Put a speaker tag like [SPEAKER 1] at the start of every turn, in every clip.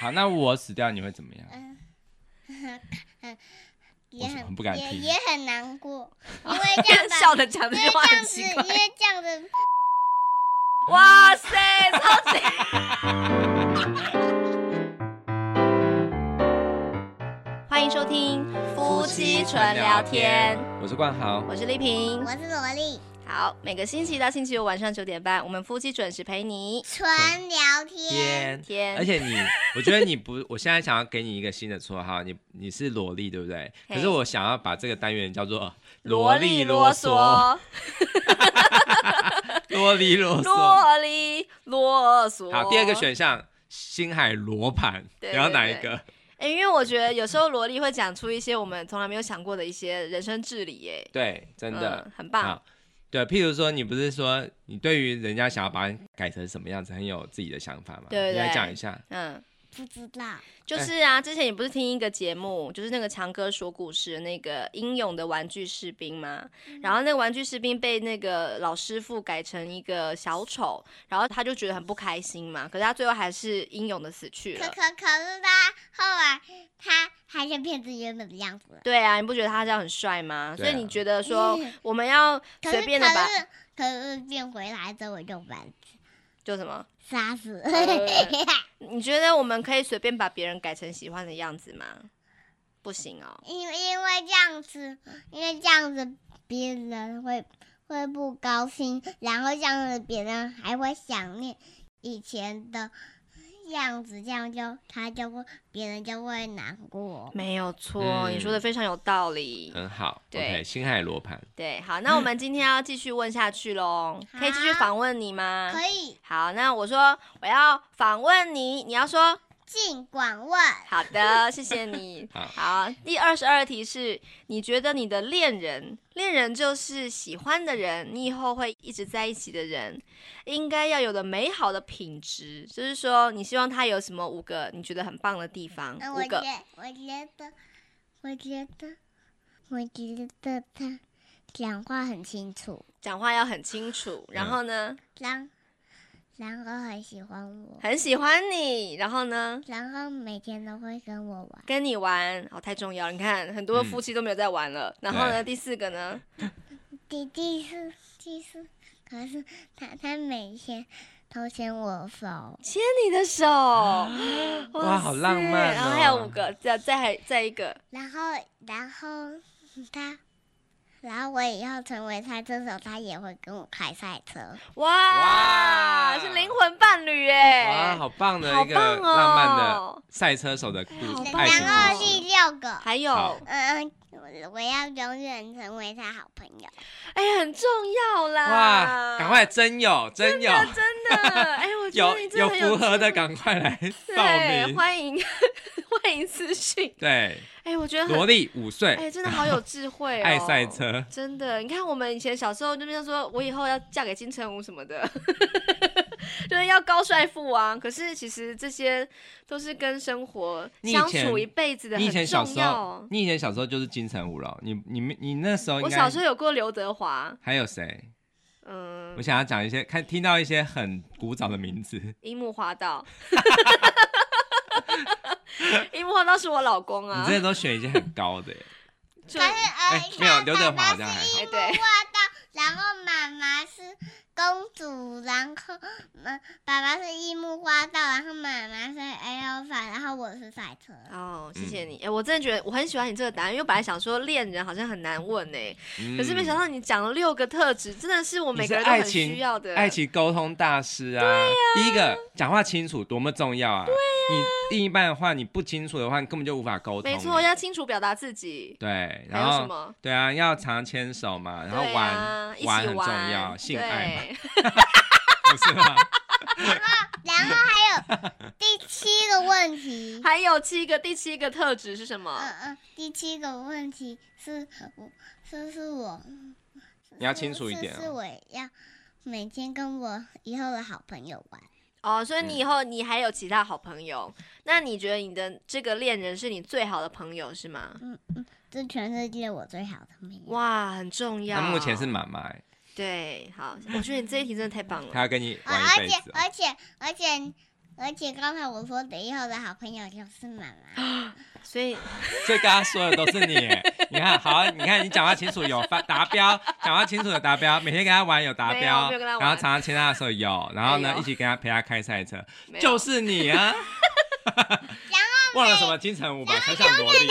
[SPEAKER 1] 好，那我死掉你会怎么样？
[SPEAKER 2] 嗯，也
[SPEAKER 1] 我
[SPEAKER 2] 很
[SPEAKER 1] 不敢
[SPEAKER 2] 也
[SPEAKER 1] 听
[SPEAKER 2] 也很难 过，因为这样吧
[SPEAKER 3] 笑的讲这
[SPEAKER 2] 因
[SPEAKER 3] 句
[SPEAKER 2] 为
[SPEAKER 3] 话
[SPEAKER 2] 这
[SPEAKER 3] 很
[SPEAKER 2] 样子，
[SPEAKER 3] 奇怪
[SPEAKER 2] 因。为这样子，
[SPEAKER 3] 哇塞，超级！ 欢迎收听夫妻纯聊天，，
[SPEAKER 1] 我是冠豪，
[SPEAKER 3] 我是丽萍
[SPEAKER 2] 我。是萝莉，
[SPEAKER 3] 好，每个星期一到星期五晚上九点半，我们夫妻准时陪你
[SPEAKER 2] 纯聊天，
[SPEAKER 1] 天。
[SPEAKER 3] 天。
[SPEAKER 1] 而且你，我觉得你不，我现在想要给你一个新的绰号，你你是萝莉，对不对？
[SPEAKER 3] 嘿
[SPEAKER 1] 可是我想要把这个单元叫做
[SPEAKER 3] 萝莉啰
[SPEAKER 1] 嗦，
[SPEAKER 3] 嗦，
[SPEAKER 1] 萝莉 啰嗦。
[SPEAKER 3] 萝莉啰嗦。
[SPEAKER 1] 好，第二个选项，星海罗盘，
[SPEAKER 3] 对
[SPEAKER 1] 你要哪一
[SPEAKER 3] 对
[SPEAKER 1] 个？
[SPEAKER 3] 哎、因为我觉得有时候萝莉会讲出一些我们从来没有想过的一些人生智理，耶，
[SPEAKER 1] 对，真的
[SPEAKER 3] 嗯、很棒。
[SPEAKER 1] 好对，譬如说，你不是说你对于人家想要把你改成什么样子很有自己的想法吗？
[SPEAKER 3] 对对
[SPEAKER 1] 你来
[SPEAKER 3] 对
[SPEAKER 1] 讲一下。
[SPEAKER 3] 嗯，
[SPEAKER 2] 不知道，
[SPEAKER 3] 就是啊，之前你不是听一个节目，就是那个强哥说故事那个英勇的玩具士兵嘛，
[SPEAKER 2] 嗯
[SPEAKER 3] 然后那个玩具士兵被那个老师傅改成一个小丑，然后他就觉得很不开心嘛，可是他最后还是英勇的死去
[SPEAKER 2] 可
[SPEAKER 3] 了。
[SPEAKER 2] 可可是他后来他还是变成原本的样子了，
[SPEAKER 3] 对啊，你不觉得他这样很帅吗？所
[SPEAKER 1] 对啊
[SPEAKER 3] 以你觉得说
[SPEAKER 2] 嗯
[SPEAKER 3] 我们要
[SPEAKER 2] 可
[SPEAKER 3] 随
[SPEAKER 2] 是
[SPEAKER 3] 便
[SPEAKER 2] 可
[SPEAKER 3] 的把
[SPEAKER 2] 是可是变回来之后我就把
[SPEAKER 3] 就什么？
[SPEAKER 2] 杀死，
[SPEAKER 3] 呃 你觉得我们可以随便把别人改成喜欢的样子吗？不行哦。
[SPEAKER 2] 因为因为这样子，因为这样子别人会会不高兴，然后这样子别人还会想念以前的样子，这样就他就会别人就会难过。
[SPEAKER 3] 没有错，
[SPEAKER 1] 嗯
[SPEAKER 3] 你说的非常有道理。
[SPEAKER 1] 很好
[SPEAKER 3] 对
[SPEAKER 1] ，OK，星海罗盘，
[SPEAKER 3] 对，好，那我们今天要继续问下去喽，
[SPEAKER 2] 好
[SPEAKER 3] 可以继续访问你吗？
[SPEAKER 2] 可以
[SPEAKER 3] 好，那我说我要访问你，你要说
[SPEAKER 2] 尽管问，
[SPEAKER 3] 好的，谢谢你。
[SPEAKER 1] 好
[SPEAKER 3] 好，第二十二题是，你觉得你的恋人，恋人就是喜欢的人，你以后会一直在一起的人，应该要有的美好的品质，就是说，你希望他有什么五个你觉得很棒的地方
[SPEAKER 2] 嗯那，我
[SPEAKER 3] 五
[SPEAKER 2] 觉
[SPEAKER 3] 个
[SPEAKER 2] 我觉得，我觉得，我觉得他讲话很清楚，
[SPEAKER 3] 讲话要很清楚，然后呢，
[SPEAKER 2] 然然后很喜欢我，
[SPEAKER 3] 很喜欢你，然后呢，
[SPEAKER 2] 然后每天都会跟我玩。
[SPEAKER 3] 跟你玩，哦，太重要了，你看很多
[SPEAKER 1] 嗯
[SPEAKER 3] 夫妻都没有在玩了。然后呢，第四个呢，
[SPEAKER 2] 弟弟是弟是，可是他他每天都牵我手，
[SPEAKER 3] 牵你的 手，
[SPEAKER 1] 哇好浪漫哦
[SPEAKER 3] 塞然后还有五个，再再还再一个，
[SPEAKER 2] 然后然后他，然后我也要成为赛车手，他也会跟我开赛车。
[SPEAKER 3] 哇，
[SPEAKER 1] 哇
[SPEAKER 3] 是灵魂伴侣耶！
[SPEAKER 1] 哇，好棒的
[SPEAKER 3] 哎好
[SPEAKER 1] 一个
[SPEAKER 3] 棒哦
[SPEAKER 1] 浪漫的赛车手的故
[SPEAKER 3] 好棒哦
[SPEAKER 1] 爱情
[SPEAKER 2] 然后
[SPEAKER 1] 故
[SPEAKER 2] 第
[SPEAKER 1] 事。
[SPEAKER 2] 六个，
[SPEAKER 3] 还有，
[SPEAKER 1] 好
[SPEAKER 2] 嗯，我我要永远成为他好朋友。
[SPEAKER 3] 哎、很重要啦！
[SPEAKER 1] 哇，赶快真有真有
[SPEAKER 3] 真的，哎、我觉
[SPEAKER 1] 有
[SPEAKER 3] 得你真
[SPEAKER 1] 有
[SPEAKER 3] 的很
[SPEAKER 1] 符合的，
[SPEAKER 3] 趣
[SPEAKER 1] 赶快来报
[SPEAKER 3] 对，
[SPEAKER 1] 名。
[SPEAKER 3] 欢迎 欢迎私讯。
[SPEAKER 1] 对，
[SPEAKER 3] 哎、我觉得很
[SPEAKER 1] 萝，莉五
[SPEAKER 3] 哎、
[SPEAKER 1] 岁，
[SPEAKER 3] 真的好有智慧、哦，
[SPEAKER 1] 爱赛。车，
[SPEAKER 3] 真的，你看我们以前小时候那边说，我以后要嫁给金城武什么的， 就是要高帅富啊。可是其实这些都是跟生活
[SPEAKER 1] 你以
[SPEAKER 3] 相
[SPEAKER 1] 前
[SPEAKER 3] 处一辈子的，
[SPEAKER 1] 你以前
[SPEAKER 3] 很
[SPEAKER 1] 小
[SPEAKER 3] 重
[SPEAKER 1] 时
[SPEAKER 3] 要
[SPEAKER 1] 候
[SPEAKER 3] 哦。，
[SPEAKER 1] 你以前小时候就是金城武了。你你们你那时候应
[SPEAKER 3] 我
[SPEAKER 1] 该
[SPEAKER 3] 小时候有过刘德华，
[SPEAKER 1] 还有谁？
[SPEAKER 3] 嗯
[SPEAKER 1] 我，想要讲一些，看听到一些很古早的名字。
[SPEAKER 3] 樱木 花道， 樱木花道是我老公
[SPEAKER 1] 你
[SPEAKER 3] 啊
[SPEAKER 1] 真，的都选一些很高 的耶，
[SPEAKER 3] 就
[SPEAKER 2] 可是呃，
[SPEAKER 1] 哎、
[SPEAKER 2] 你看
[SPEAKER 1] 没有刘德华
[SPEAKER 2] 爸
[SPEAKER 1] 好
[SPEAKER 2] 爸
[SPEAKER 1] 像还
[SPEAKER 2] 是
[SPEAKER 1] 好，
[SPEAKER 3] 哎
[SPEAKER 2] 樱木
[SPEAKER 3] 对
[SPEAKER 2] 花道，然后妈妈是公主，然后嗯，爸爸是樱木花道，然后妈妈是 L 法，然后我是赛车。
[SPEAKER 3] 哦，谢谢你，
[SPEAKER 1] 嗯
[SPEAKER 3] 哎、我真的觉得我很喜欢你这个答案，因为我本来想说恋人好像很难问哎、
[SPEAKER 1] 嗯
[SPEAKER 3] 可是没想到你讲了六个特质，真的是我每个
[SPEAKER 1] 你
[SPEAKER 3] 人都
[SPEAKER 1] 是爱
[SPEAKER 3] 很
[SPEAKER 1] 情
[SPEAKER 3] 需要的
[SPEAKER 1] 爱情沟通大师啊，第一个讲话清楚多么重要啊！对呀、你另一半的话你不清楚的话，你根本就无法沟通。
[SPEAKER 3] 没错，要清楚表达自己。
[SPEAKER 1] 对，
[SPEAKER 3] 还
[SPEAKER 1] 然
[SPEAKER 3] 有什
[SPEAKER 1] 后
[SPEAKER 3] 么？
[SPEAKER 1] 对啊，要常牵手嘛，然后
[SPEAKER 3] 对
[SPEAKER 1] 玩、
[SPEAKER 3] 啊、一起
[SPEAKER 1] 很重要，性爱嘛，
[SPEAKER 3] 对
[SPEAKER 1] 不是 吗？
[SPEAKER 2] 然后还有第七个问 题，
[SPEAKER 3] 还有七个，第七个特质是什
[SPEAKER 2] 嗯
[SPEAKER 3] 么？
[SPEAKER 2] 嗯，第七个问题是我，是是我，
[SPEAKER 1] 你要清楚一点
[SPEAKER 2] 是
[SPEAKER 3] 啊
[SPEAKER 1] 哦
[SPEAKER 2] 是我要每天跟我以后的好朋友玩。
[SPEAKER 3] 哦，所以
[SPEAKER 1] 嗯
[SPEAKER 3] 你以后你还有其他好朋友，那你觉得你的这个恋人是你最好的朋友是吗？
[SPEAKER 2] 嗯嗯，这全世界我最好的朋友。
[SPEAKER 3] 哇，很重要。
[SPEAKER 1] 他目前是妈妈、欸，
[SPEAKER 3] 对，好，我觉得你这一题真的太棒
[SPEAKER 1] 他
[SPEAKER 3] 了。
[SPEAKER 1] 要跟你
[SPEAKER 2] 啊
[SPEAKER 1] 玩一
[SPEAKER 2] 而
[SPEAKER 1] 辈
[SPEAKER 2] 且
[SPEAKER 1] 子哦、
[SPEAKER 2] 而且而且而且刚才我说等一号的好朋友就是妈妈，
[SPEAKER 3] 所以
[SPEAKER 1] 所以刚刚说的都是你。 你看，好，啊你看你讲话清楚有发达标，讲话清楚有达标，每天跟他玩有达
[SPEAKER 3] 没有
[SPEAKER 1] 标，
[SPEAKER 3] 没有跟他玩
[SPEAKER 1] 然后常常牵他的手有，然后呢
[SPEAKER 3] 没有
[SPEAKER 1] 一起跟他陪他开赛车，
[SPEAKER 3] 没有
[SPEAKER 1] 就是你 啊。忘了什么金城武吧，小小萝莉，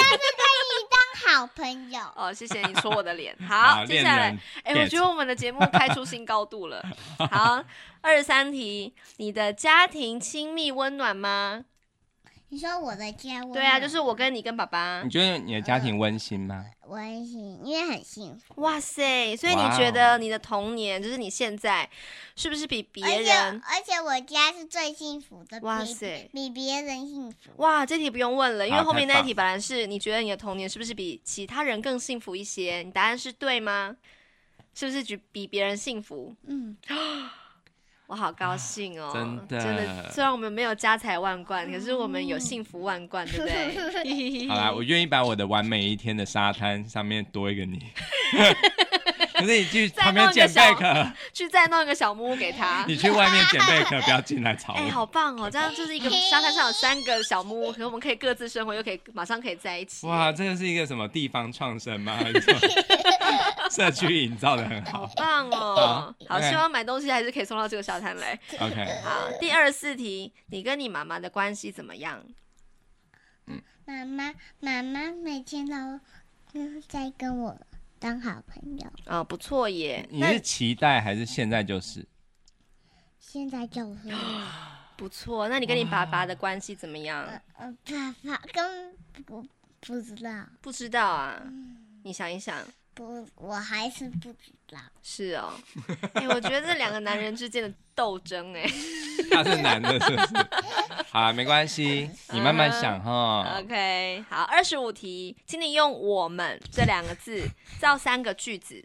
[SPEAKER 2] 好朋友。
[SPEAKER 3] 哦，谢谢你戳我的脸。
[SPEAKER 1] 好啊
[SPEAKER 3] 好，接
[SPEAKER 1] 恋
[SPEAKER 3] 下来
[SPEAKER 1] 人，，
[SPEAKER 3] 哎、
[SPEAKER 1] get
[SPEAKER 3] 我觉得我们的节目开出新高度了。 好，二十三题，你的家庭亲密温暖吗？
[SPEAKER 2] 你说我的家温暖，
[SPEAKER 3] 对啊，就是我跟你跟爸爸
[SPEAKER 1] 你。觉得你的家庭温馨吗？
[SPEAKER 2] 温馨，因为很幸福，
[SPEAKER 3] 哇塞！所以你
[SPEAKER 1] 哇哦
[SPEAKER 3] 觉得你的童年，就是你现在，是不是比
[SPEAKER 2] 哎
[SPEAKER 3] 别人？
[SPEAKER 2] 而且而且我家是最幸福的，
[SPEAKER 3] 哇
[SPEAKER 2] 比
[SPEAKER 3] 塞
[SPEAKER 2] 比别人幸福。
[SPEAKER 3] 哇，这题不用问了，因为
[SPEAKER 1] 好
[SPEAKER 3] 后面
[SPEAKER 1] 太
[SPEAKER 3] 那一
[SPEAKER 1] 棒
[SPEAKER 3] 题本来是你觉得你的童年是不是比其他人更幸福一些？你答案是对吗？是不是比比别人幸福？
[SPEAKER 2] 嗯，
[SPEAKER 3] 我好高兴哦！
[SPEAKER 1] 啊真的
[SPEAKER 3] 虽然我们没有家财万贯，
[SPEAKER 2] 嗯
[SPEAKER 3] 可是我们有幸福万贯，对 不对？
[SPEAKER 1] 好啦，我愿意把我的完美一天的沙滩上面多一个 你。可是你去
[SPEAKER 3] 再
[SPEAKER 1] 旁边
[SPEAKER 3] 弄一
[SPEAKER 1] 捡
[SPEAKER 3] 个
[SPEAKER 1] 贝
[SPEAKER 3] 小
[SPEAKER 1] 壳，
[SPEAKER 3] 去再弄一个小木屋给他。
[SPEAKER 1] 你去外面捡贝壳，不要进来吵
[SPEAKER 3] 哎、
[SPEAKER 1] 我。
[SPEAKER 3] 好棒哦！这样就是一个沙滩上有三个小木屋，可是我们可以各自生活，又可以马上可以在一起。
[SPEAKER 1] 哇，，这个是一个什么地方创生 吗？还是什么社区营造的很
[SPEAKER 3] 好
[SPEAKER 1] 好。
[SPEAKER 3] 棒哦！
[SPEAKER 1] 好
[SPEAKER 3] 好，
[SPEAKER 1] 哎
[SPEAKER 3] 希望买东西还是可以送到这个沙滩来。
[SPEAKER 1] OK，
[SPEAKER 3] 好，第二十四题，你跟你妈妈的关系怎么样？
[SPEAKER 2] 妈妈妈妈每天都嗯在跟我当好朋友，
[SPEAKER 3] 啊、不错耶，
[SPEAKER 1] 你
[SPEAKER 3] 那
[SPEAKER 1] 是期待还是现在就是？
[SPEAKER 2] 现在 就是我。
[SPEAKER 3] 不错。那你跟你爸爸的关系怎么样？
[SPEAKER 2] 呃，爸爸跟不不知道，
[SPEAKER 3] 不知道啊，你想一想。
[SPEAKER 2] 不，我还是不知道。
[SPEAKER 3] 是哦，哎、我觉得这两个男人之间的斗争、哎
[SPEAKER 1] 他是男的，是不是？好啦，没关系，你慢慢想
[SPEAKER 3] 哎
[SPEAKER 1] 哈。
[SPEAKER 3] ，OK，好，二十五题，请你用“我们”这两个字造三个句子。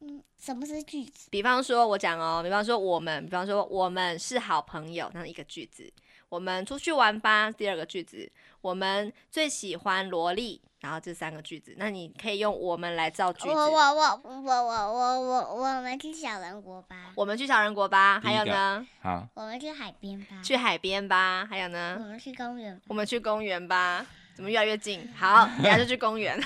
[SPEAKER 2] 嗯，什么是句子？
[SPEAKER 3] 比方说，我讲哦，比方说我们，比方说我们是好朋友，那一个句子；我们出去玩吧，第二个句子；我们最喜欢萝莉，然后这三个句子。那你可以用“我们”来造句
[SPEAKER 2] 我
[SPEAKER 3] 子。
[SPEAKER 2] 我我我我我我我们去小人国吧，
[SPEAKER 3] 我们去小人国吧，还 有呢，
[SPEAKER 1] 好，
[SPEAKER 2] 我们去海边吧，
[SPEAKER 3] 去海边吧，还有呢，
[SPEAKER 1] 啊
[SPEAKER 2] 我们去公园吧。
[SPEAKER 3] 我们去公园吧。怎么越来越近？好，等下就去 公园。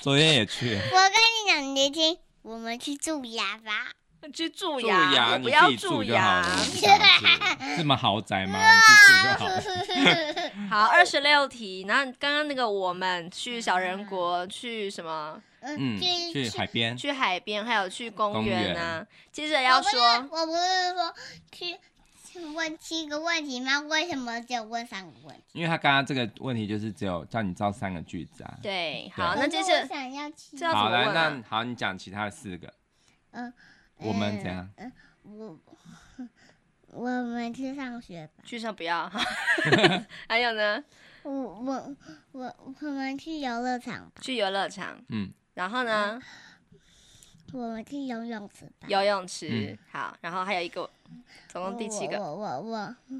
[SPEAKER 1] 昨天也去了，
[SPEAKER 2] 我跟你讲，你听，我们去蛀牙吧。
[SPEAKER 3] 去蛀
[SPEAKER 1] 蛀
[SPEAKER 3] 牙，
[SPEAKER 1] 牙
[SPEAKER 3] 我
[SPEAKER 1] 你
[SPEAKER 3] 不要
[SPEAKER 1] 自己
[SPEAKER 3] 蛀
[SPEAKER 1] 住就好
[SPEAKER 3] 牙
[SPEAKER 1] 了，。我不想住这么豪宅吗？你自己住就好 了。
[SPEAKER 2] 嗯
[SPEAKER 3] 好，二十六题。那刚刚那个我们去小人国，去什么？
[SPEAKER 2] 嗯
[SPEAKER 1] 嗯，去海边，
[SPEAKER 3] 去海边，还有去公
[SPEAKER 1] 公
[SPEAKER 3] 园啊。接着要
[SPEAKER 2] 我不是
[SPEAKER 3] 说，
[SPEAKER 2] 我不是说去去问七个问题吗？为什么只有问三个问题？
[SPEAKER 1] 因为他刚刚这个问题就是只有叫你造三个句子啊。
[SPEAKER 3] 对，好，
[SPEAKER 1] 对
[SPEAKER 3] 那
[SPEAKER 2] 可
[SPEAKER 3] 接
[SPEAKER 2] 是
[SPEAKER 3] 着
[SPEAKER 2] 我想要去
[SPEAKER 3] 这要怎
[SPEAKER 1] 好，
[SPEAKER 3] 么
[SPEAKER 1] 来，
[SPEAKER 3] 问
[SPEAKER 1] 那？
[SPEAKER 3] 啊
[SPEAKER 1] 好，你讲其他的四个。
[SPEAKER 2] 嗯，
[SPEAKER 1] 我们怎样？
[SPEAKER 2] 嗯，我 我们去上学吧。
[SPEAKER 3] 去上不要。 还有呢，
[SPEAKER 2] 我我我我们去游乐场吧。
[SPEAKER 3] 去游乐场。
[SPEAKER 1] 嗯，
[SPEAKER 3] 然后呢，
[SPEAKER 2] 我们去游泳池吧。
[SPEAKER 3] 游泳池
[SPEAKER 1] 嗯。
[SPEAKER 3] 好，然后还有一个，总共第七个。
[SPEAKER 2] 我我我我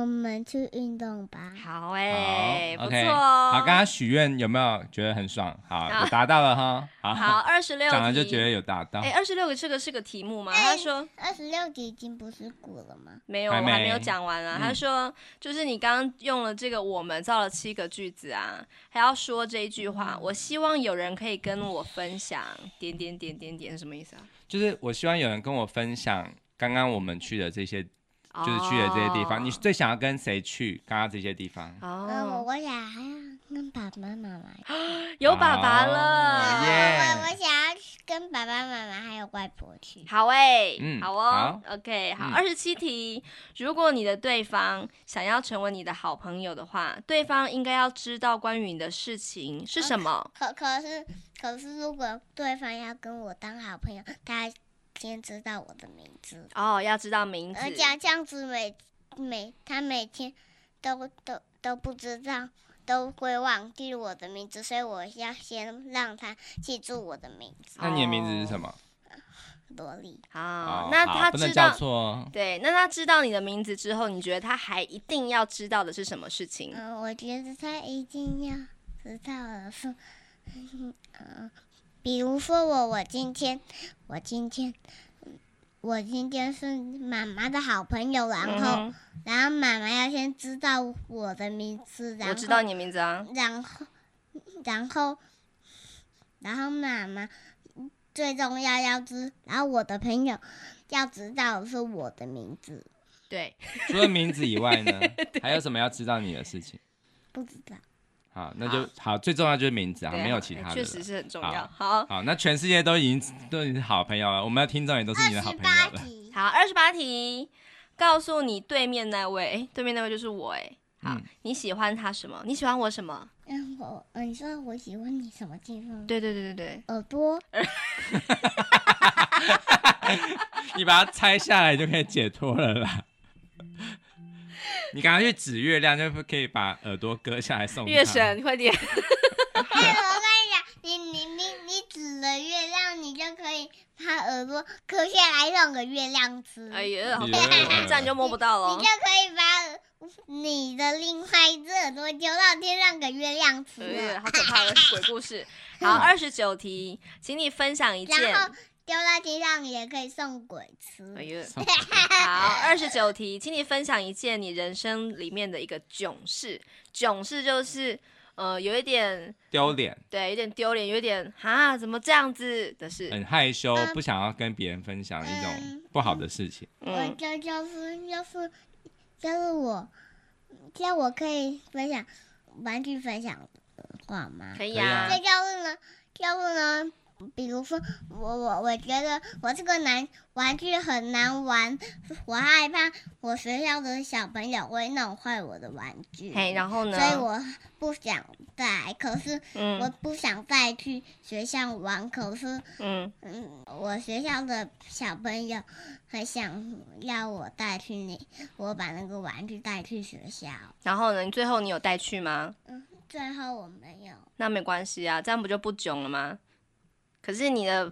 [SPEAKER 2] 我们去运动吧。
[SPEAKER 3] 好
[SPEAKER 1] 好
[SPEAKER 3] 哎，不
[SPEAKER 1] ，OK，
[SPEAKER 3] 错哦。
[SPEAKER 1] 好，刚刚许愿有没有觉得很爽？好，
[SPEAKER 3] 好
[SPEAKER 1] 有达到了哈。
[SPEAKER 3] 好，
[SPEAKER 1] 好，
[SPEAKER 3] 二十六
[SPEAKER 1] 讲完
[SPEAKER 3] 题。
[SPEAKER 1] 就觉得有达到
[SPEAKER 3] 哎，。二十六个这个是个题目吗？
[SPEAKER 2] 哎
[SPEAKER 3] 他说
[SPEAKER 2] 二十六集已经不是鼓了吗？
[SPEAKER 3] 没有，
[SPEAKER 1] 还
[SPEAKER 3] 我还没
[SPEAKER 1] 没
[SPEAKER 3] 有讲完啊。他
[SPEAKER 1] 嗯
[SPEAKER 3] 说就是你刚刚用了这个“我们”造了七个句子啊，还要说这一句话。我希望有人可以跟我分享点点点点点是什么意思啊？
[SPEAKER 1] 就是我希望有人跟我分享刚刚我们去的这些，就是去的这些地
[SPEAKER 3] 哦
[SPEAKER 1] 方，你最想要跟谁去？刚刚这些地方。
[SPEAKER 2] 嗯、我
[SPEAKER 3] 哦，
[SPEAKER 2] 我想还要跟爸爸妈妈。
[SPEAKER 3] 有爸爸
[SPEAKER 1] 哦
[SPEAKER 3] 了，
[SPEAKER 1] 耶
[SPEAKER 2] 我我想要去跟爸爸妈妈还有外婆去。
[SPEAKER 3] 好哎、
[SPEAKER 1] 嗯
[SPEAKER 3] 好哦 o k 好，
[SPEAKER 1] 嗯
[SPEAKER 3] 二十七题，如果你的对方想要成为你的好朋友的话，对方应该要知道关于你的事情是什么。
[SPEAKER 2] 可可是可是，如果对方要跟我当好朋友，他先知道我的名字。
[SPEAKER 3] 哦，要知道名字
[SPEAKER 2] 而，且这样子每每他每天都都都不知道，都会忘记我的名字，所以我要先让他记住我的名字
[SPEAKER 1] 那你的名字是什么？
[SPEAKER 2] 萝莉。
[SPEAKER 3] 啊、
[SPEAKER 1] 哦
[SPEAKER 3] 那
[SPEAKER 1] 好
[SPEAKER 3] 他
[SPEAKER 1] 不能
[SPEAKER 3] 知
[SPEAKER 1] 叫
[SPEAKER 3] 道，
[SPEAKER 1] 错哦。
[SPEAKER 3] 对，那他知道你的名字之后，你觉得他还一定要知道的是什么事情？
[SPEAKER 2] 嗯，我觉得他一定要知道的是，嗯、比如说我，我今天，我今天，嗯我今天是妈妈的好朋友，然后、
[SPEAKER 3] 嗯哼
[SPEAKER 2] 然后妈妈要先知道我的名字，然后
[SPEAKER 3] 我知道你名字啊，
[SPEAKER 2] 然后，然后，然后妈妈最重要要知，然后我的朋友要知道是我的名字，
[SPEAKER 3] 对，
[SPEAKER 1] 除了名字以外 呢，还有什么要知道你的事情？
[SPEAKER 2] 不知道。
[SPEAKER 1] 好，那就好，最重要就是名字啊，
[SPEAKER 3] 对啊
[SPEAKER 1] 没有其他的
[SPEAKER 3] 确
[SPEAKER 1] 了。
[SPEAKER 3] 实是很重
[SPEAKER 1] 好
[SPEAKER 3] 要。好，
[SPEAKER 1] 好，那全世界都已经都已经好朋友了，我们的听众也都是你的好朋友了。
[SPEAKER 2] 题，
[SPEAKER 3] 好，二十八题，告诉你对面那位，诶对面那位就是我，哎，好，
[SPEAKER 1] 嗯
[SPEAKER 3] 你喜欢他什么？你喜欢我什么？
[SPEAKER 2] 嗯，我嗯，你说我喜欢你什么地方？
[SPEAKER 3] 对对对对对，
[SPEAKER 2] 耳朵，
[SPEAKER 1] 你把它拆下来就可以解脱了啦。你赶快去指月亮，就可以把耳朵割下来送他
[SPEAKER 3] 月。神，快点，
[SPEAKER 2] 哎，我跟你讲，你你你你指了月亮，你就可以把耳朵割下来弄给月亮吃，
[SPEAKER 3] 哎
[SPEAKER 2] 你
[SPEAKER 3] 呀，好
[SPEAKER 1] 哎
[SPEAKER 3] 痛
[SPEAKER 1] 呀
[SPEAKER 3] 哦，这样你就摸不到
[SPEAKER 2] 就
[SPEAKER 3] 了。
[SPEAKER 2] 可以把你的另外一只耳朵丢到天上给月亮吃
[SPEAKER 3] 哎
[SPEAKER 2] 了
[SPEAKER 3] 呀，好可怕的鬼故事。好， 二十九题，请你分享一件。
[SPEAKER 2] 然后丢到地上也可以送鬼吃。
[SPEAKER 3] 哎呀， 好，二十九题，请你分享一件你人生里面的一个囧事。囧事就是，呃，有一点
[SPEAKER 1] 丢脸，
[SPEAKER 3] 对，有点丢脸，有一点哈，怎么这样子的事。
[SPEAKER 1] 很害羞，
[SPEAKER 2] 嗯
[SPEAKER 1] 不想要跟别人分享一种
[SPEAKER 2] 嗯
[SPEAKER 1] 不好的事情。
[SPEAKER 2] 我
[SPEAKER 3] 嗯，
[SPEAKER 2] 这就是就是就是我，这我可以分享玩具分享的话吗？
[SPEAKER 3] 可以
[SPEAKER 1] 可以啊
[SPEAKER 3] 啊
[SPEAKER 2] 这。就是呢，就是呢。比如说，我我我觉得我这个难玩具很难玩，我害怕我学校的小朋友会弄坏我的玩具，
[SPEAKER 3] 嘿，然后呢
[SPEAKER 2] 所？以我不想带。可是我
[SPEAKER 3] 嗯
[SPEAKER 2] 不想再去学校玩，可是
[SPEAKER 3] 嗯，
[SPEAKER 2] 嗯，我学校的小朋友很想要我带去你，我把那个玩具带去学校。
[SPEAKER 3] 然后呢？你最后你有带去吗？
[SPEAKER 2] 最后我没有，
[SPEAKER 3] 那没关系啊，这样不就不囧了吗？可是你的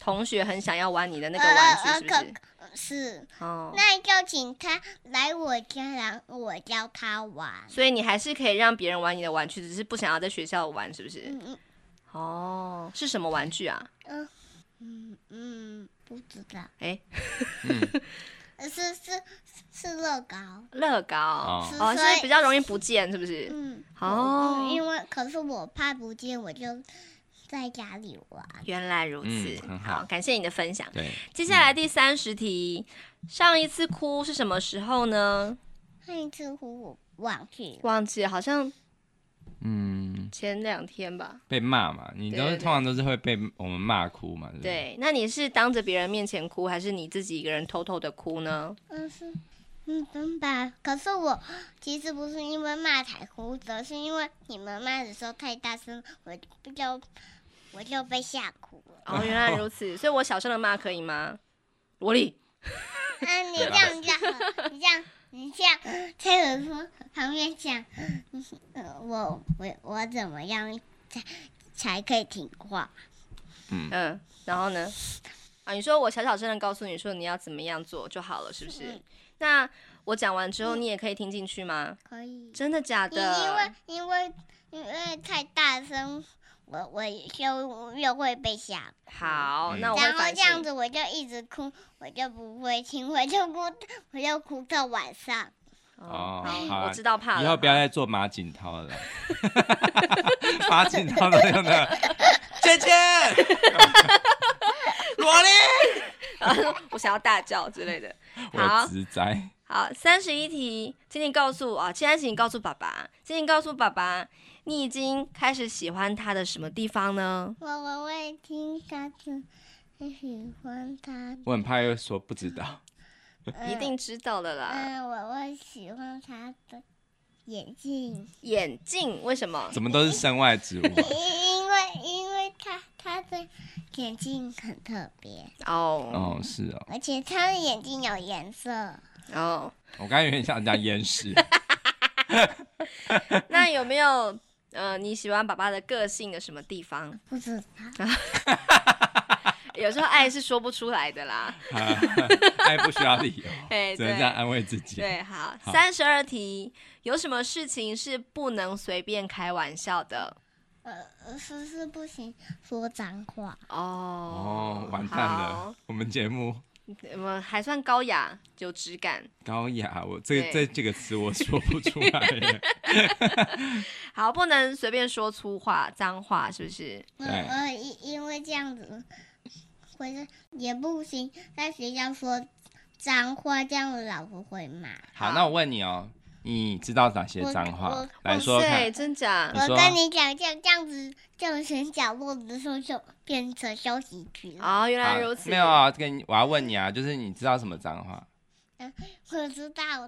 [SPEAKER 3] 同学很想要玩你的那个玩具，
[SPEAKER 2] 呃呃
[SPEAKER 3] 是不是？
[SPEAKER 2] 呃是，
[SPEAKER 3] 哦，
[SPEAKER 2] 那就请他来我家，然后我教他玩。
[SPEAKER 3] 所以你还是可以让别人玩你的玩具，只是不想要在学校玩，是不是？
[SPEAKER 2] 嗯嗯
[SPEAKER 3] 哦，是什么玩具啊？
[SPEAKER 2] 嗯嗯嗯，不知道，呃
[SPEAKER 3] 哎，
[SPEAKER 2] 是是是乐高。
[SPEAKER 3] 乐高
[SPEAKER 1] 哦
[SPEAKER 3] 哦，
[SPEAKER 2] 所以
[SPEAKER 3] 是比较容易不见，是不是？
[SPEAKER 2] 嗯，我
[SPEAKER 3] 哦
[SPEAKER 2] 因为可是我怕不见，我就在家里玩。
[SPEAKER 3] 原来如此，
[SPEAKER 1] 嗯很好
[SPEAKER 3] 感谢你的分享。
[SPEAKER 1] 对，
[SPEAKER 3] 接下来第三十题，上一次哭是什么时候呢？
[SPEAKER 2] 上一次哭我忘记了，
[SPEAKER 3] 忘记了，好像
[SPEAKER 1] 嗯，
[SPEAKER 3] 前两天吧。
[SPEAKER 1] 被骂嘛，你都
[SPEAKER 3] 对
[SPEAKER 1] 是
[SPEAKER 3] 对对
[SPEAKER 1] 通常都是会被我们骂哭嘛，对不对？
[SPEAKER 3] 对，那你是当着别人面前哭，还是你自己一个人偷偷的哭 呢？
[SPEAKER 2] 嗯是，嗯真吧。可是我其实不是因为骂才哭的，是因为你们骂的时候太大声，我就我就被吓哭了。
[SPEAKER 3] 哦，原来如此，所以我小声的骂可以吗？萝莉，
[SPEAKER 2] 嗯，你这样你这样你这样你这样，蔡伟说旁边讲，呃我我我怎么样才才可以听话？
[SPEAKER 3] 嗯，然后呢？啊，你说我小小声的告诉你说你要怎么样做就好了，是不是
[SPEAKER 2] 嗯？
[SPEAKER 3] 那我讲完之后，你也可以听进去吗？
[SPEAKER 2] 可以，
[SPEAKER 3] 真的假
[SPEAKER 2] 因因为
[SPEAKER 3] 的？
[SPEAKER 2] 因为因为太大声，我我就又会被吓
[SPEAKER 3] 好，
[SPEAKER 1] 嗯
[SPEAKER 3] 那我会
[SPEAKER 2] 然后
[SPEAKER 3] 反
[SPEAKER 2] 这样
[SPEAKER 3] 省。
[SPEAKER 2] 子我就一直哭，我就不会听，我就哭，我就哭到晚上。
[SPEAKER 1] 哦好
[SPEAKER 3] 好，
[SPEAKER 1] 啊
[SPEAKER 3] 我知道怕了。
[SPEAKER 1] 以后不要再做马景涛了啦，马景涛的用 的，姐姐，萝莉，
[SPEAKER 3] 我想要大叫之类的。好
[SPEAKER 1] 我直栽，
[SPEAKER 3] 好，三十一题，请你告诉我啊，现在请你告诉爸爸，请你告诉爸爸，你已经开始喜欢他的什么地方呢？
[SPEAKER 2] 我我会听他子，很喜欢他，
[SPEAKER 1] 我很怕又说不知道。
[SPEAKER 3] 一定知道的啦，
[SPEAKER 2] 呃嗯，我会喜欢他的眼睛，
[SPEAKER 3] 眼镜为什么？
[SPEAKER 1] 怎么都是身外之物？
[SPEAKER 2] 因因为因为他他的眼睛很特别，
[SPEAKER 3] 哦
[SPEAKER 1] 哦，是哦，
[SPEAKER 2] 而且他的眼睛有颜色。
[SPEAKER 3] 哦，
[SPEAKER 1] 我刚才有点想讲眼 屎，
[SPEAKER 3] 那有没有呃你喜欢爸爸的个性的什么地方？
[SPEAKER 2] 不知道，
[SPEAKER 3] 有时候爱是说不出来的啦。
[SPEAKER 1] 啊爱不需要理由，
[SPEAKER 3] 哎，
[SPEAKER 1] 只能
[SPEAKER 3] 对
[SPEAKER 1] 这样安慰自己。
[SPEAKER 3] 对，好，
[SPEAKER 1] 好
[SPEAKER 3] 三十二题，有什么事情是不能随便开玩笑的？
[SPEAKER 2] 呃，是是不行说脏话，
[SPEAKER 3] 哦
[SPEAKER 1] 哦，完蛋
[SPEAKER 3] 好
[SPEAKER 1] 了，我们节目
[SPEAKER 3] 我还算高雅，有质感。
[SPEAKER 1] 高雅，我这
[SPEAKER 3] 对
[SPEAKER 1] 这这个词我说不出来耶。
[SPEAKER 3] 好，不能随便说粗话、脏话，是不是？
[SPEAKER 2] 我
[SPEAKER 1] 对
[SPEAKER 2] 我嗯呃因因为这样子，回是也不行，在学校说脏话，这样老师会骂。
[SPEAKER 1] 好，那我问你哦，你知道哪些
[SPEAKER 2] 我
[SPEAKER 1] 脏话
[SPEAKER 2] 我？
[SPEAKER 1] 来说说
[SPEAKER 3] 哦对，
[SPEAKER 1] 看。
[SPEAKER 3] 真假
[SPEAKER 1] 你？
[SPEAKER 2] 我
[SPEAKER 1] 说
[SPEAKER 2] 跟你讲，这样这样子，这种选角落的时候就变成消息剧了。
[SPEAKER 3] 哦，原来
[SPEAKER 1] 好
[SPEAKER 3] 如此。
[SPEAKER 1] 没有啊，跟你我要问你啊，就是你知道什么脏话？
[SPEAKER 2] 我知道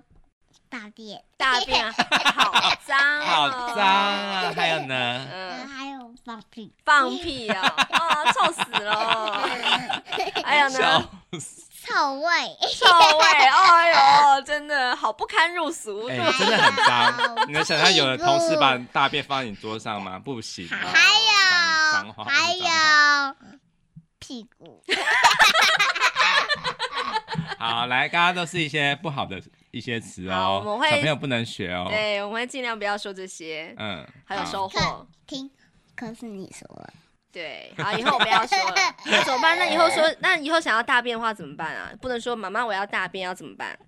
[SPEAKER 2] 大便，
[SPEAKER 3] 大便啊， 好脏、哦，
[SPEAKER 1] 好脏啊！还有呢？
[SPEAKER 2] 呃
[SPEAKER 3] 嗯，
[SPEAKER 2] 还有放屁，
[SPEAKER 3] 放屁啊！啊，臭死 了！还有呢，
[SPEAKER 1] 笑死！
[SPEAKER 2] 臭味，
[SPEAKER 3] 臭味，哎呦，真的好不堪入俗。
[SPEAKER 1] 哎、
[SPEAKER 3] 入
[SPEAKER 1] 真的很
[SPEAKER 2] 还
[SPEAKER 1] 脏。
[SPEAKER 2] 有
[SPEAKER 1] 你能想
[SPEAKER 3] 哎
[SPEAKER 1] 象有的同事把大便放在你桌上吗？不行啊。
[SPEAKER 2] 还
[SPEAKER 1] 脏脏
[SPEAKER 2] 有
[SPEAKER 1] 话
[SPEAKER 2] 还
[SPEAKER 1] 不是脏
[SPEAKER 2] 有屁股，
[SPEAKER 1] 话好，来，刚刚都是一些不好的一些词
[SPEAKER 3] 好
[SPEAKER 1] 哦，
[SPEAKER 3] 我们会
[SPEAKER 1] 小朋友不能学哦。
[SPEAKER 3] 对，我们会尽量不要说这些，
[SPEAKER 1] 嗯，
[SPEAKER 3] 还有
[SPEAKER 1] 好
[SPEAKER 3] 收获。
[SPEAKER 2] 听，可是你说了，
[SPEAKER 3] 对，好，以后我不要说 了。那怎么办？那以后说，那以后想要大便的话怎么办啊？不能说妈妈我要大便，要怎么办？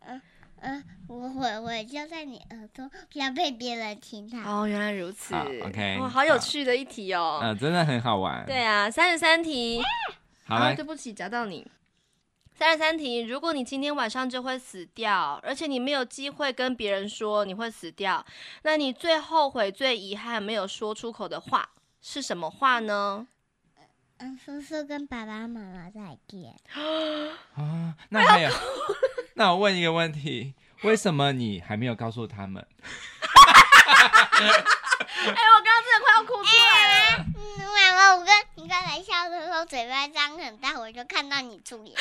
[SPEAKER 2] 呃，我我我就在你耳朵，不要被别人听到。
[SPEAKER 3] 哦，原来如此。
[SPEAKER 1] 好，OK，
[SPEAKER 3] 哇，好有趣的一题哦。
[SPEAKER 1] 嗯，真的很好玩。
[SPEAKER 3] 对，啊，三十三题。
[SPEAKER 1] 好
[SPEAKER 3] 啊，
[SPEAKER 1] 来
[SPEAKER 3] 对，不起，夹到你。三十三题，如果你今天晚上就会死掉，而且你没有机会跟别人说你会死掉，那你最后悔、最遗憾没有说出口的话是什么话呢？
[SPEAKER 2] 嗯，叔叔跟爸爸妈妈再见。
[SPEAKER 1] 啊，那还有， 那我问一个问题，为什么你还没有告诉他们？
[SPEAKER 3] 哎、我刚刚真的快要哭出来了。
[SPEAKER 2] 嗯，妈妈，我跟你刚才笑的时候嘴巴张很大，我就看到你出脸。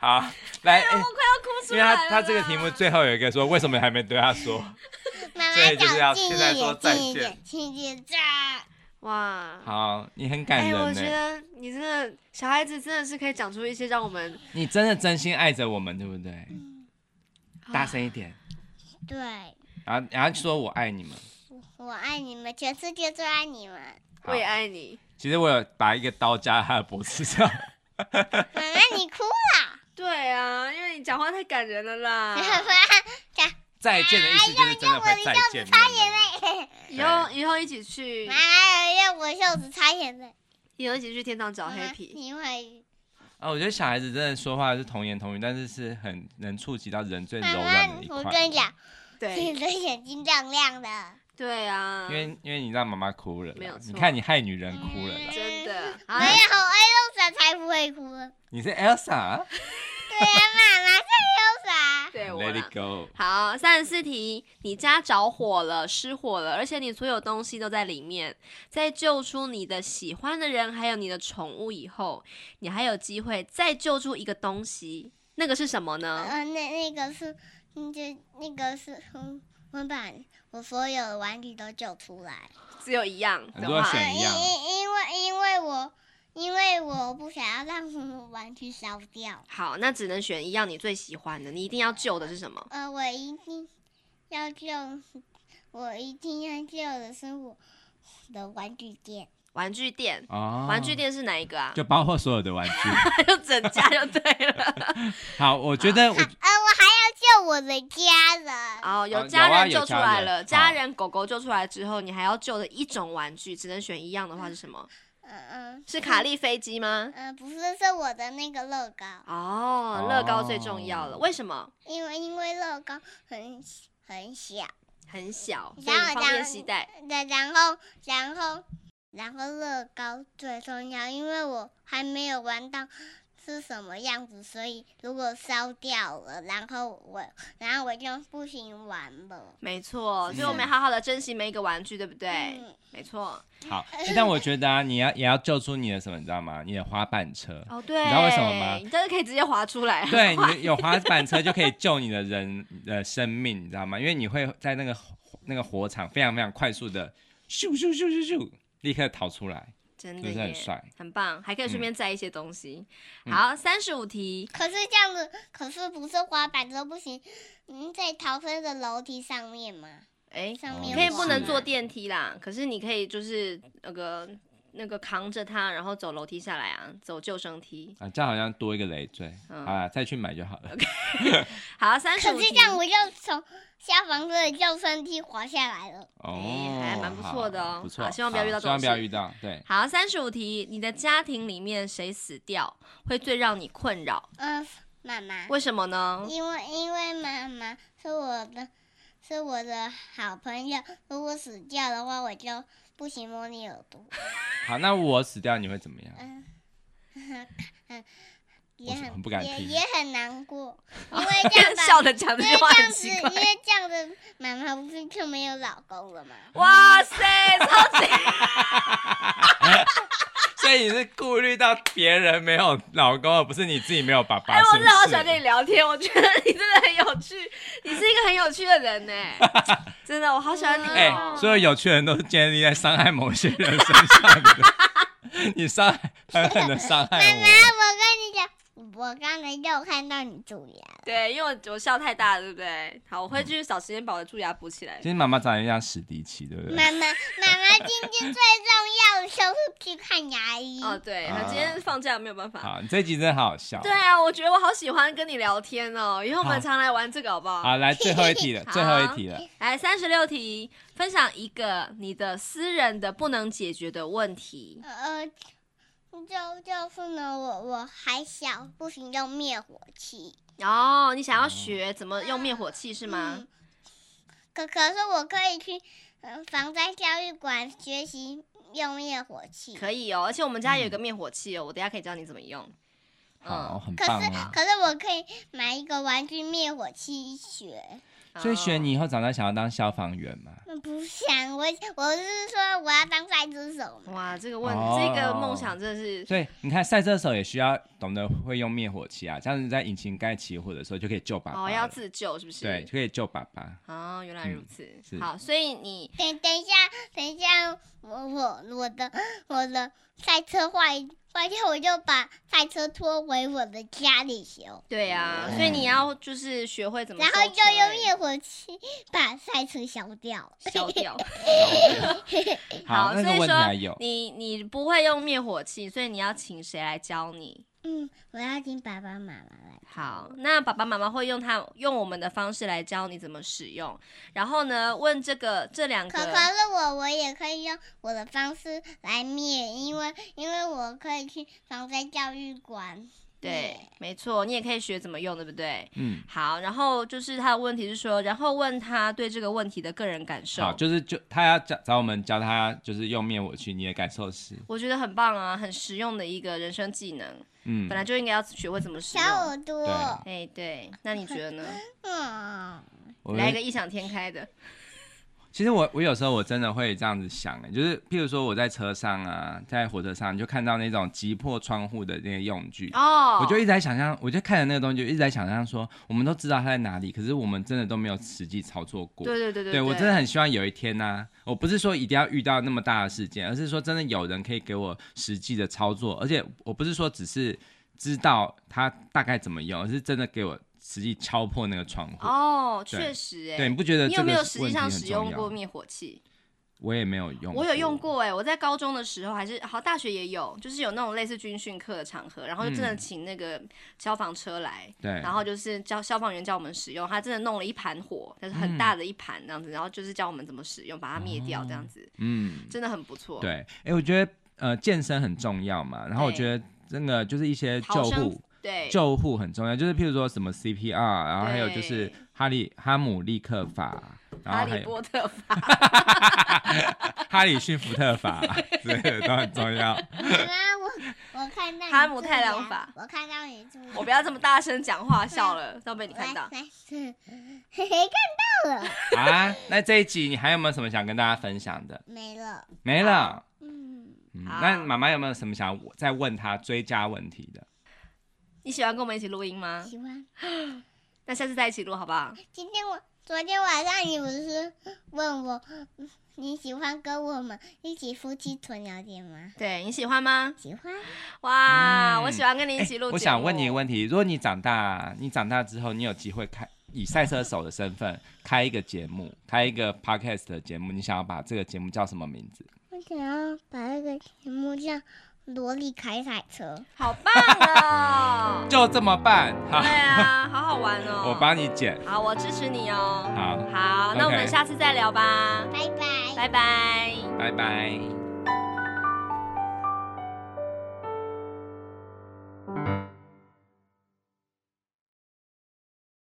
[SPEAKER 1] 好， 来，
[SPEAKER 3] 我
[SPEAKER 1] 哎
[SPEAKER 3] 快要哭出
[SPEAKER 1] 因
[SPEAKER 3] 来
[SPEAKER 1] 为
[SPEAKER 3] 了
[SPEAKER 1] 他
[SPEAKER 3] 啦。
[SPEAKER 1] 他这个题目最后有一个说，为什么还没对他说？
[SPEAKER 2] 妈
[SPEAKER 1] 所以就是要
[SPEAKER 2] 妈讲近
[SPEAKER 1] 现在
[SPEAKER 2] 一
[SPEAKER 1] 说
[SPEAKER 2] 点，
[SPEAKER 1] 再
[SPEAKER 2] 近一
[SPEAKER 1] 见
[SPEAKER 2] 点，近一点，这
[SPEAKER 4] 哇，
[SPEAKER 1] 好，你很感
[SPEAKER 4] 哎、
[SPEAKER 1] 人
[SPEAKER 4] 我
[SPEAKER 1] 呢、
[SPEAKER 4] 觉得你真的小孩子真的是可以讲出一些让我们
[SPEAKER 1] 你真的真心爱着我们，对不对？
[SPEAKER 3] 啊
[SPEAKER 1] 大声一点，
[SPEAKER 2] 对，
[SPEAKER 1] 然后然后说我爱你们。
[SPEAKER 2] 我爱你们，全世界最爱 你们。
[SPEAKER 1] 好
[SPEAKER 4] 我也爱你。
[SPEAKER 1] 其实我有把一个刀架在他的脖子上，
[SPEAKER 2] 妈妈，你哭了。
[SPEAKER 4] 对啊，因为你讲话太感人了
[SPEAKER 1] 啊
[SPEAKER 4] 啦
[SPEAKER 2] 妈。 妈，
[SPEAKER 1] 再见的意思就是真的会再见面
[SPEAKER 4] 以
[SPEAKER 1] 哦。
[SPEAKER 4] 后以后一起去，
[SPEAKER 2] 妈妈让我袖子擦眼泪。
[SPEAKER 4] 以后一起去天堂找
[SPEAKER 2] 妈
[SPEAKER 4] 黑
[SPEAKER 2] 妈，
[SPEAKER 4] 皮。
[SPEAKER 2] 你会
[SPEAKER 1] 啊，我觉得小孩子真的说话是童言童语，但是是很能触及到人最柔
[SPEAKER 2] 妈
[SPEAKER 1] 软的
[SPEAKER 2] 妈
[SPEAKER 1] 一，
[SPEAKER 2] 我
[SPEAKER 1] 块。
[SPEAKER 2] 跟你讲，你
[SPEAKER 4] 对
[SPEAKER 2] 的眼睛亮亮的。
[SPEAKER 4] 对啊，
[SPEAKER 1] 因为因为你让妈妈哭了啦，
[SPEAKER 4] 没有错嗯
[SPEAKER 1] 你看你害女人哭了啦，
[SPEAKER 4] 真的，
[SPEAKER 2] 没
[SPEAKER 4] 哎，
[SPEAKER 2] 有，艾露莎才不会哭。对
[SPEAKER 1] 你是 Elsa，Let
[SPEAKER 2] 呀、妈妈是艾露莎。
[SPEAKER 4] 对我
[SPEAKER 1] it
[SPEAKER 4] 啦。
[SPEAKER 1] go。
[SPEAKER 3] 好，三十四题，你家着火了，失火了，而且你所有东西都在里面。在救出你的喜欢的人，还有你的宠物以后，你还有机会再救出一个东西，那个是什么呢？
[SPEAKER 2] 呃，那那个是，嗯，就那个是，嗯，我把我所有的玩具都救出来。
[SPEAKER 3] 只有一样
[SPEAKER 1] 很
[SPEAKER 3] 的
[SPEAKER 1] 多
[SPEAKER 3] 话，
[SPEAKER 1] 选
[SPEAKER 2] 呃因
[SPEAKER 1] 一样
[SPEAKER 2] 因因为因为我因为我不想要让我的玩具烧掉。
[SPEAKER 3] 好，那只能选一样你最喜欢的，你一定要救的是什么？
[SPEAKER 2] 呃，我一定要救，我一定要救的是我的玩具店。
[SPEAKER 3] 玩具店，
[SPEAKER 1] 哦，
[SPEAKER 3] 玩具店是哪一个啊？
[SPEAKER 1] 就包括所有的玩 具。
[SPEAKER 3] 就整家就对 了。
[SPEAKER 1] 好，我觉得我
[SPEAKER 2] 呃，我还要救我的家人。
[SPEAKER 3] 哦，
[SPEAKER 1] 哦
[SPEAKER 3] 有
[SPEAKER 1] 有
[SPEAKER 3] 家
[SPEAKER 1] 啊
[SPEAKER 3] 人
[SPEAKER 1] 有
[SPEAKER 3] 救出
[SPEAKER 1] 家
[SPEAKER 3] 来
[SPEAKER 1] 人
[SPEAKER 3] 了，
[SPEAKER 1] 好
[SPEAKER 3] 家人狗狗救出来之后，你还要救的一种玩具，只能选一样的话是什么？
[SPEAKER 2] 嗯嗯，
[SPEAKER 3] 是卡利飞机吗？
[SPEAKER 2] 呃，不是，是我的那个乐高。
[SPEAKER 3] 哦，乐高最重要了。
[SPEAKER 1] 哦
[SPEAKER 3] 为什么？
[SPEAKER 2] 因为因为乐高很很小，
[SPEAKER 3] 很小，所以
[SPEAKER 2] 然后
[SPEAKER 3] 方便
[SPEAKER 2] 然
[SPEAKER 3] 携带。
[SPEAKER 2] 然然后然后然后乐高最重要，因为我还没有玩到是什么样子，所以如果烧掉了，然后我然后我就不行玩了。
[SPEAKER 3] 没错，
[SPEAKER 1] 嗯
[SPEAKER 3] 所以我们好好的珍惜每一个玩具，对不对？
[SPEAKER 2] 嗯，
[SPEAKER 3] 没错。
[SPEAKER 1] 好，欸但我觉得啊，你要也要救出你的什么，你知道吗？你的滑 板车。
[SPEAKER 3] 哦，对，
[SPEAKER 1] 你知道为什么吗
[SPEAKER 3] 你真的可以直接滑出来。
[SPEAKER 1] 对，你的有滑板车就可以救你的人的生命，你知道吗？因为你会在那个火那个火场非常非常快速的咻咻咻咻咻，立刻逃出来，
[SPEAKER 3] 真
[SPEAKER 1] 就
[SPEAKER 3] 的
[SPEAKER 1] 是很
[SPEAKER 3] 耶，
[SPEAKER 1] 帅。
[SPEAKER 3] 很棒，还可以顺便载一些东西。
[SPEAKER 1] 嗯
[SPEAKER 3] 好，三十五题，
[SPEAKER 2] 可是这样子，可是不是滑板车不行，嗯，在逃生的楼梯上面嘛，
[SPEAKER 3] 哎、
[SPEAKER 2] 上
[SPEAKER 1] 哦
[SPEAKER 2] 面
[SPEAKER 1] 也
[SPEAKER 2] 啊
[SPEAKER 3] 可以
[SPEAKER 2] 滑
[SPEAKER 3] 不能
[SPEAKER 1] 是
[SPEAKER 3] 坐电梯啦，可是你可以就是那个那个扛着他，然后走楼梯下来啊，走救生梯。
[SPEAKER 1] 啊，这样好像多一个累赘、
[SPEAKER 3] 嗯
[SPEAKER 1] 啊，再去买就好了。
[SPEAKER 3] 好，三十
[SPEAKER 2] 可
[SPEAKER 3] 五
[SPEAKER 2] 是
[SPEAKER 3] 题
[SPEAKER 2] 这，样我就从消防车的救生梯滑下来了。
[SPEAKER 1] 哦，
[SPEAKER 3] 哎还蛮不错的哦
[SPEAKER 1] 好不错，
[SPEAKER 3] 好希望不要遇到
[SPEAKER 1] 好
[SPEAKER 3] 这
[SPEAKER 1] 希
[SPEAKER 3] 种
[SPEAKER 1] 望
[SPEAKER 3] 事
[SPEAKER 1] 不要遇到。对，
[SPEAKER 3] 好，三十五题，你的家庭里面谁死掉会最让你困扰？
[SPEAKER 2] 嗯，妈妈，
[SPEAKER 3] 为什么呢？
[SPEAKER 2] 因为因为妈妈是我的是我的好朋友，如果死掉的话，我就不行摸你耳朵。
[SPEAKER 1] 好，那我死掉你会怎么样？
[SPEAKER 3] 哎
[SPEAKER 2] 嗯，很也
[SPEAKER 1] 我是
[SPEAKER 2] 很
[SPEAKER 1] 很不敢
[SPEAKER 2] 也
[SPEAKER 1] 听
[SPEAKER 2] 也很难 过，因为这样
[SPEAKER 3] 笑
[SPEAKER 2] 吧，
[SPEAKER 3] 的讲这
[SPEAKER 2] 因
[SPEAKER 3] 句
[SPEAKER 2] 为
[SPEAKER 3] 话
[SPEAKER 2] 这
[SPEAKER 3] 很
[SPEAKER 2] 样子，
[SPEAKER 3] 奇怪
[SPEAKER 2] 因。为这样子，妈妈不是就没有老公了吗？
[SPEAKER 3] 哇塞，超级
[SPEAKER 1] 所以你是顾虑到别人没有老公，而不是你自己没有爸爸，
[SPEAKER 3] 哎，我
[SPEAKER 1] 是
[SPEAKER 3] 真
[SPEAKER 1] 不
[SPEAKER 3] 的
[SPEAKER 1] 是？
[SPEAKER 3] 好想跟你聊天，我觉得你真的很有趣，你是一个很有趣 的人呢，真的，我好喜欢你
[SPEAKER 1] 哎、
[SPEAKER 3] 哦。
[SPEAKER 1] 所有有趣的人都是建立在伤害某些人身上的。你伤害狠狠的伤害
[SPEAKER 2] 妈妈，
[SPEAKER 1] 我，
[SPEAKER 2] 我跟你讲，我刚才又看到你蛀牙了。
[SPEAKER 3] 对，因为我我笑太大了，对不对？好，
[SPEAKER 1] 嗯
[SPEAKER 3] 我会去找时间把我的蛀牙补起来
[SPEAKER 1] 其。实妈妈长得像史迪奇，对不对？
[SPEAKER 2] 妈妈，妈妈今天最重要的就是去看牙医。
[SPEAKER 3] 哦，对，他
[SPEAKER 1] 啊
[SPEAKER 3] 今天放假没有办法。
[SPEAKER 1] 好，你这集真的好好笑。
[SPEAKER 3] 对啊，我觉得我好喜欢跟你聊天哦，以后我们
[SPEAKER 1] 好
[SPEAKER 3] 常来玩这个好不好？
[SPEAKER 1] 好，来最后一题了，
[SPEAKER 3] 好
[SPEAKER 1] 最后一题了。
[SPEAKER 3] 来，三十六题，分享一个你的私人的不能解决的问题。
[SPEAKER 2] 呃，就就是呢，我我还小，不行用灭火器
[SPEAKER 3] 哦，你想要学怎么用灭火器是吗
[SPEAKER 2] 嗯？可可是我可以去嗯、呃防灾教育馆学习用灭火器。
[SPEAKER 3] 可以哦，而且我们家有一
[SPEAKER 1] 嗯
[SPEAKER 3] 个灭火器哦，我等一下可以教你怎么用。
[SPEAKER 1] 好，
[SPEAKER 3] 嗯，
[SPEAKER 1] 很
[SPEAKER 2] 可
[SPEAKER 1] 棒
[SPEAKER 2] 是
[SPEAKER 1] 啊！
[SPEAKER 2] 可是我可以买一个玩具灭火器学。
[SPEAKER 1] 所以
[SPEAKER 3] 选
[SPEAKER 1] 选你以后长大想要当消防员嘛？
[SPEAKER 2] 嗯不想，我我是说我要当赛车手嘛。
[SPEAKER 3] 哇，这个问、
[SPEAKER 1] 哦
[SPEAKER 3] 这个梦想真的是
[SPEAKER 1] 所以你看，赛车手也需要懂得会用灭火器啊，这样子在引擎盖起火的时候就可以救爸爸了。
[SPEAKER 3] 哦，要自救是不是？
[SPEAKER 1] 对，就可以救爸 爸。
[SPEAKER 3] 哦，原来如此。
[SPEAKER 1] 是
[SPEAKER 3] 好，所以你
[SPEAKER 2] 等等一下，等一下，我我我的我的赛车坏坏掉，我就把赛车拖回我的家里修。
[SPEAKER 3] 对啊，所以
[SPEAKER 1] 嗯
[SPEAKER 3] 你要就是学会怎么
[SPEAKER 2] 然
[SPEAKER 3] 收车，欸
[SPEAKER 2] 后就用灭火器把赛车消掉。
[SPEAKER 3] 消掉。
[SPEAKER 1] 好，那
[SPEAKER 3] 所
[SPEAKER 1] 个
[SPEAKER 3] 以
[SPEAKER 1] 问题还有
[SPEAKER 3] 说，你你不会用灭火器，所以你要请谁来教你？
[SPEAKER 2] 嗯，我要请爸爸妈妈来。
[SPEAKER 3] 好，那爸爸妈妈会用他用我们的方式来教你怎么使用。然后呢，问这个这两
[SPEAKER 2] 可可
[SPEAKER 3] 个，
[SPEAKER 2] 是我，我也可以用我的方式来灭，因为因为我可以去防灾教育馆。
[SPEAKER 3] 对，没错，你也可以学怎么用，对不对？
[SPEAKER 1] 嗯，
[SPEAKER 3] 好，然后就是他的问题是说，然后问他对这个问题的个人感受
[SPEAKER 1] 好，。就是就他要教找我们教他，就是用灭火器，你的感受是？
[SPEAKER 3] 我觉得很棒啊，很实用的一个人生技能，
[SPEAKER 1] 嗯
[SPEAKER 3] 本，来就应该要学会怎么使
[SPEAKER 2] 小
[SPEAKER 3] 用。
[SPEAKER 2] 耳朵，
[SPEAKER 1] 对
[SPEAKER 3] 哎，对，那你觉得呢？
[SPEAKER 2] 嗯，
[SPEAKER 1] 我
[SPEAKER 3] 来
[SPEAKER 1] 们
[SPEAKER 3] 一个异想天开的，
[SPEAKER 1] 其实我我有时候我真的会这样子想，哎，就是譬如说我在车上啊，在火车上，你就看到那种击破窗户的那个用具。
[SPEAKER 3] 哦，
[SPEAKER 1] 我就一直在想象，我就看着那个东西，就一直在想象说，我们都知道它在哪里，可是我们真的都没有实际操作过。
[SPEAKER 3] 对对对对，
[SPEAKER 1] 对我真的很希望有一天呢、我不是说一定要遇到那么大的事件，而是说真的有人可以给我实际的操作，而且我不是说只是知道它大概怎么用，而是真的给我实际敲破那个窗户。
[SPEAKER 3] 哦，
[SPEAKER 1] 对
[SPEAKER 3] 确实哎、
[SPEAKER 1] 对，你不觉得
[SPEAKER 3] 你
[SPEAKER 1] 这
[SPEAKER 3] 有没
[SPEAKER 1] 个
[SPEAKER 3] 有实
[SPEAKER 1] 问
[SPEAKER 3] 际
[SPEAKER 1] 题
[SPEAKER 3] 上
[SPEAKER 1] 很
[SPEAKER 3] 使用
[SPEAKER 1] 重
[SPEAKER 3] 过
[SPEAKER 1] 要？
[SPEAKER 3] 灭火器？
[SPEAKER 1] 我也没有用，
[SPEAKER 3] 我有用。过哎、我在高中的时候还是好，大学也有，就是有那种类似军训课的场合，然后就真的
[SPEAKER 1] 嗯
[SPEAKER 3] 请那个消防车来，
[SPEAKER 1] 对
[SPEAKER 3] 然，后就是教消防员教我们使用，他真的弄了一盘火，就是很
[SPEAKER 1] 嗯
[SPEAKER 3] 大的一盘这样子，然后就是教我们怎么使用，把它灭掉这样子，
[SPEAKER 1] 嗯，
[SPEAKER 3] 真的很不错。
[SPEAKER 1] 对，哎，我觉得呃健身很重要嘛，然后我
[SPEAKER 3] 对
[SPEAKER 1] 觉得真的就是一些
[SPEAKER 3] 逃
[SPEAKER 1] 救
[SPEAKER 3] 生
[SPEAKER 1] 护。
[SPEAKER 3] 对
[SPEAKER 1] 救护很重要，就是譬如说什么 CPR，然后还有就是
[SPEAKER 3] 对
[SPEAKER 1] 哈利哈姆立克法，然
[SPEAKER 3] 哈
[SPEAKER 1] 后还
[SPEAKER 3] 利
[SPEAKER 1] 有
[SPEAKER 3] 波特法，
[SPEAKER 1] 哈里逊福特法， 这个都很重要。
[SPEAKER 2] 妈妈，我我看到你
[SPEAKER 3] 哈姆
[SPEAKER 2] 蛀
[SPEAKER 3] 太郎
[SPEAKER 2] 牙
[SPEAKER 3] 法
[SPEAKER 2] 我看到你蛀牙。
[SPEAKER 3] 我不要这么大声讲话，笑了，要被你看到。
[SPEAKER 2] 来来，嘿嘿，看到了，
[SPEAKER 1] 好啊，那这一集你还有没有什么想跟大家分享的？
[SPEAKER 2] 没了。
[SPEAKER 1] 没了。
[SPEAKER 2] 嗯，
[SPEAKER 1] 嗯
[SPEAKER 3] 好
[SPEAKER 1] 那妈妈有没有什么想要再问他追加问题的？
[SPEAKER 3] 你喜欢跟我们一起录音吗？
[SPEAKER 2] 喜欢。
[SPEAKER 3] 那下次再一起录好不好？
[SPEAKER 2] 今天我昨天晚上你不是问我嗯你喜欢跟我们一起夫妻纯聊天吗？
[SPEAKER 3] 对你喜欢吗？
[SPEAKER 2] 喜欢。
[SPEAKER 3] 哇，
[SPEAKER 1] 嗯
[SPEAKER 3] 我喜欢跟你一起录、节
[SPEAKER 1] 我想问你一个
[SPEAKER 3] 目
[SPEAKER 1] 问题：如果你长大，你长大之后，你有机会开以赛车手的身份开一个节目，开一个 podcast 的节目，你想要把这个节目叫什么名字？
[SPEAKER 2] 我我想要把那个题目叫萝莉开彩车，
[SPEAKER 3] 好棒哦！
[SPEAKER 1] 就这么办。 好
[SPEAKER 3] 对，啊，好好玩哦。
[SPEAKER 1] 我帮你剪。
[SPEAKER 3] 好，我支持你哦。
[SPEAKER 1] 好，
[SPEAKER 3] 好，那我们
[SPEAKER 1] OK
[SPEAKER 3] 下次再聊吧，
[SPEAKER 2] 拜拜。
[SPEAKER 3] 拜拜。
[SPEAKER 1] 拜拜。